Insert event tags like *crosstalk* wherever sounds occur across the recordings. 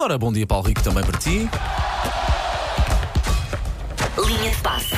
Ora, bom dia, Paulo Rico, também para ti. Linha de passe.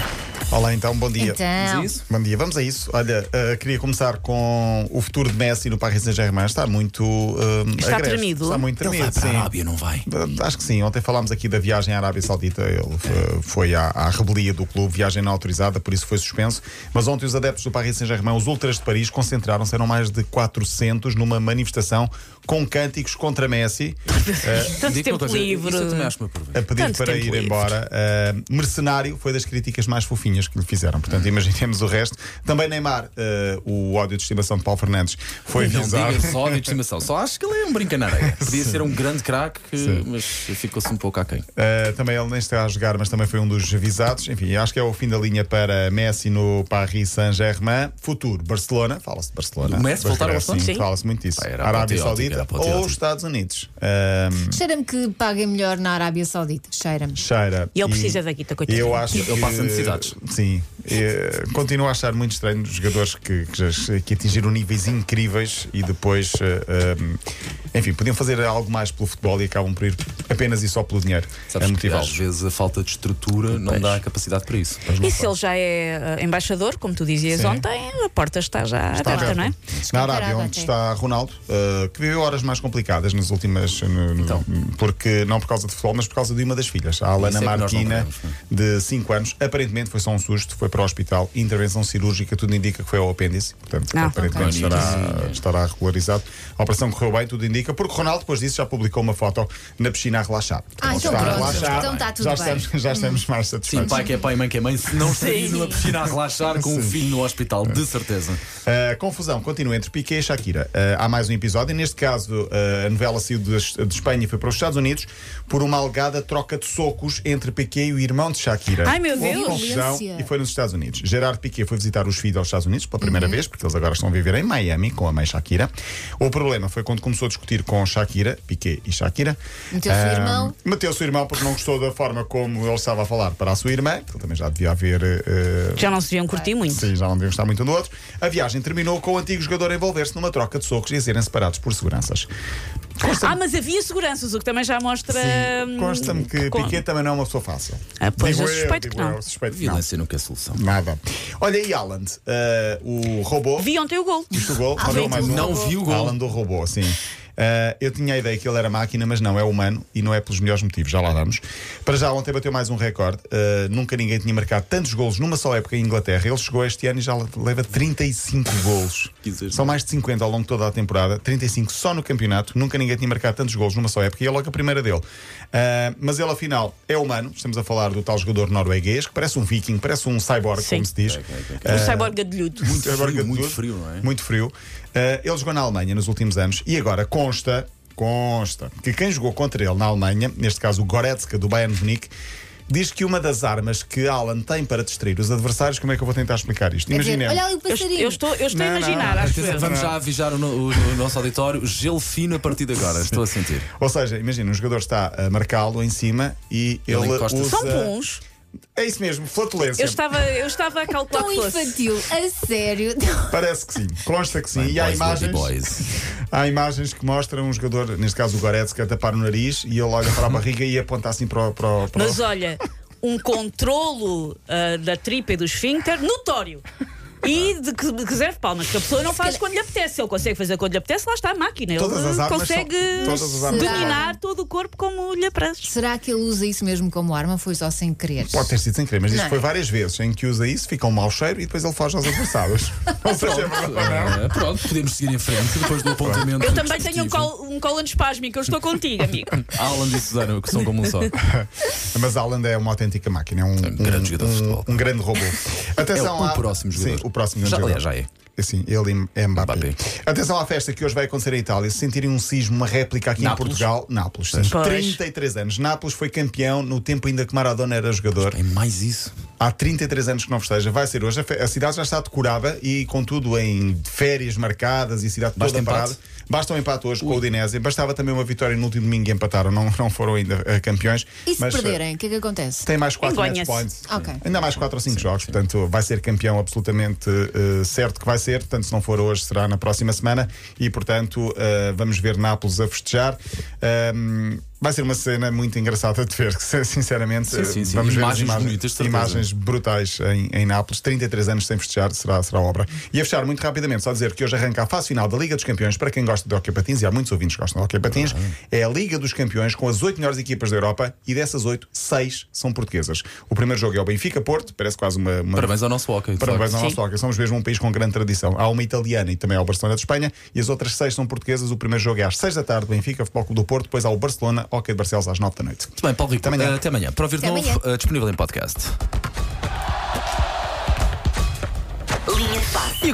Olá então, bom dia. Então, Diz isso? Bom dia, vamos a isso. Olha, eh, queria começar com o futuro de Messi no Paris Saint-Germain. Está muito. eh, Está agreste. tremido. Está muito Ele vai tremido, para a sim. Arábia, não vai? Eh, Acho que sim. Ontem falámos aqui da viagem à Arábia Saudita. Ele eh, foi à, à rebelia do clube, viagem não autorizada, por isso foi suspenso. Mas ontem os adeptos do Paris Saint-Germain, os ultras de Paris, concentraram-se, eram mais de 400, numa manifestação com cânticos contra Messi. Tanto Digo-te uma tempo coisa, livre. Isso eu também acho uma pergunta. a pedir Tanto para tempo é ir livre. embora. Uh, mercenário foi das críticas mais fofinhas que lhe fizeram. Portanto, imaginemos o resto. Também Neymar, uh, o ódio de estimação de Paulo Fernandes foi Não avisado. diga só de estimação. Só acho que ele é um brinca na areia. Podia ser um grande craque, mas ficou-se um pouco aquém. Uh, também ele nem está a jogar, mas também foi um dos avisados. Enfim, acho que é o fim da linha para Messi no Paris Saint-Germain. Futuro, Barcelona. Fala-se de Barcelona. O Messi voltar ao Sim, Barcelona? Sim. Fala-se muito disso. Pá, era Arábia apoteótico, era Saudita apoteótico. ou Estados Unidos. Um, cheira-me que paguem melhor na Arábia Saudita. Cheira-me. cheira. E ele precisa da guita, coitadinho. Eu acho que. Ele passa necessidades. Sim. Eh, continuo a achar muito estranho os jogadores que, que, já- que atingiram níveis incríveis e depois. eh, eh, enfim, podiam fazer algo mais pelo futebol e acabam por ir apenas e só pelo dinheiro. Sabes a que às motivá-los. vezes a falta de estrutura não dá capacidade para isso. E se ele já é eh, embaixador, como tu dizias Sim. ontem, a porta está já aberta, aberto. não é? Na Descontarado Arábia, onde até. está Ronaldo, eh, que viveu horas mais complicadas nas últimas. eh, no- no- Então. Porque, não por causa de futebol, mas por causa de uma das filhas, a Alana Isso é que nós não Martina, queremos, não é? de 5 anos. Aparentemente foi só um susto, foi para o hospital, intervenção cirúrgica, tudo indica que foi ao apêndice, portanto, Ah, aparentemente ok. estará, estará regularizado. A operação correu bem, tudo indica, porque Ronaldo, depois disso, já publicou uma foto na piscina a relaxar. Ah, Portanto, então está Uhum. a pronto. relaxar, Então está tudo já bem. Estamos, já estamos mais Sim, satisfeitos. pai que é pai, mãe que é mãe, se não estaria numa piscina a relaxar com o filho no hospital, de certeza. Uh, confusão continua entre Piqué e Shakira. Uh, há mais um episódio, e neste caso uh, a novela saiu de, de Espanha e foi para os Estados Unidos por uma alegada troca de socos entre Piqué e o irmão de Shakira. Ai, meu Houve Deus! Confusão, Violência. e foi nos Estados Unidos. Gerard Piqué foi visitar os filhos aos Estados Unidos pela primeira Uhum. vez, porque eles agora estão a viver em Miami com a mãe Shakira. O problema foi quando começou a discutir com Shakira, Piqué e Shakira. Meteu-se o Ah, irmão. Meteu-se o irmão porque não gostou da forma como ele estava a falar para a sua irmã, que ele também já devia haver eh, Já não se deviam curtir muito. Sim, já não deviam estar muito um do outro. A viagem terminou com o antigo jogador a envolver-se numa troca de socos e a serem separados por seguranças. Ah, mas havia seguranças, o que também já mostra. hum, Consta-me que con- Piquet também não é uma pessoa fácil. Ah, pois, Digo eu suspeito digo que não. eu, suspeito que não. Violência nunca é solução. Nada. Olha, e Alan, o robô. Vi ontem o gol. Isto o gol, Ah, olha, vi mais o um. Não vi o gol. Alan do robô, sim. Ah, eu tinha a ideia que ele era máquina, mas não, é humano e não é pelos melhores motivos, já lá vamos. Para já, ontem bateu mais um recorde. Ah, nunca ninguém tinha marcado tantos golos numa só época em Inglaterra. Ele chegou este ano e já leva 35 golos. Que exagero. São mais de 50 ao longo de toda a temporada, 35 só no campeonato. Nunca ninguém tinha marcado tantos golos numa só época e é logo a primeira dele. Ah, mas ele, afinal, é humano. Estamos a falar do tal jogador norueguês, que parece um viking, parece um cyborg, Sim. como se diz. O cyborg é gadulhudo. Eh, Muito frio, agora que muito tudo, frio, não é? Muito frio. Uh, ele jogou na Alemanha nos últimos anos e agora consta, consta, que quem jogou contra ele na Alemanha, neste caso o Goretzka do Bayern de Munique, diz que uma das armas que Alan tem para distrair os adversários, como é que eu vou tentar explicar isto? Quer dizer, Imaginemos. olha ali o Eu, passarinho. eu estou, eu estou a Não, não, imaginar, não, acho Atenção, eu. Vamos já avisar o, no- o- o nosso auditório, gelo fino a partir de agora, estou a sentir. Ou seja, imagina, um jogador está a marcá-lo em cima e Ele ele, encosta-se. usa... São um bons. É isso mesmo, flatulência. Eu estava, eu estava a calcular Tão que fosse. infantil, a sério. *laughs* Parece que sim, consta que sim. e há Boys, baby imagens... boys. Há imagens que mostram um jogador, neste caso o Goretzka, a tapar o nariz e ele olha para a barriga e aponta assim para o. Para o- para o- Mas olha, um controlo ah, da tripa e do esfíncter notório. E de que que serve palmas, que a pessoa não faz quando lhe apetece. Se ele consegue fazer quando lhe apetece, lá está a máquina. Ele Todas as armas consegue são- todas as armas são dominar todo o corpo como lhe apraz. Será que ele usa isso mesmo como arma? Foi só sem querer. Pode ter sido sem querer, mas isto Não. foi várias vezes em que usa isso, fica um mau cheiro e depois ele foge aos adversários. Não sei se é verdade ou não. Ah, pronto, podemos seguir em frente depois do apontamento. Eu também tenho um, desportivo. col um colonospásmico, eu estou contigo, amigo. Alan e Susana, que são como um só. Mas Alan é uma autêntica máquina, é um, um grande jogador de futebol. um grande robô. Atenção É o à- próximo jogador. Sim, o próximo Já- grande jogador. aliás, já é. Sim, ele é Mbappé. Mbappé. Atenção à festa que hoje vai acontecer em Itália. Se sentirem um sismo, uma réplica aqui Nápoles. em Portugal, Nápoles. Sim. Pois. 33 anos. Nápoles foi campeão no tempo ainda que Maradona era jogador. É mais isso. Há 33 anos que não festeja, vai ser hoje. A fe- A cidade já está decorada e, contudo, em férias marcadas e a cidade Basta toda empate? parada. Basta um empate hoje com o Udinese. Bastava também uma vitória no último domingo e empataram. Não, não foram ainda eh, campeões. E se mas, eh, perderem, o que é que acontece? Tem mais 4 match Engonha-se. points. Ok. Ainda mais 4 ou 5 jogos. Portanto, vai ser campeão absolutamente eh, certo que vai ser. Portanto, se não for hoje, será na próxima semana. E, portanto, eh, vamos ver Nápoles a festejar. Ahm, Vai ser uma cena muito engraçada de ver, *laughs* que, sinceramente. Sim, sim, sim. Vamos ver as Imagens bonitas, de certeza. imagens brutais em, em Nápoles. 33 anos sem festejar será, será obra. E a fechar muito rapidamente, só dizer que hoje arranca a fase final da Liga dos Campeões. Para quem gosta de hockey patins, e há muitos ouvintes que gostam de hockey patins, é a Liga dos Campeões com as oito melhores equipas da Europa e dessas oito, seis são portuguesas. O primeiro jogo é o Benfica-Porto, parece quase uma. uma... Parabéns ao nosso hockey. de Parabéns ao facto. nosso hockey. Somos mesmo um país com grande tradição. Há uma italiana e também há o Barcelona de Espanha e as outras seis são portuguesas. O primeiro jogo é às seis da tarde, Benfica, Futebol Clube do Porto, depois há o Barcelona, Hockey de Barcelos às nove da noite. Muito bem, Paulo Rico, Até amanhã. eh, até amanhã. Para ouvir de Até novo, amanhã. eh, disponível em podcast. Linha de passe.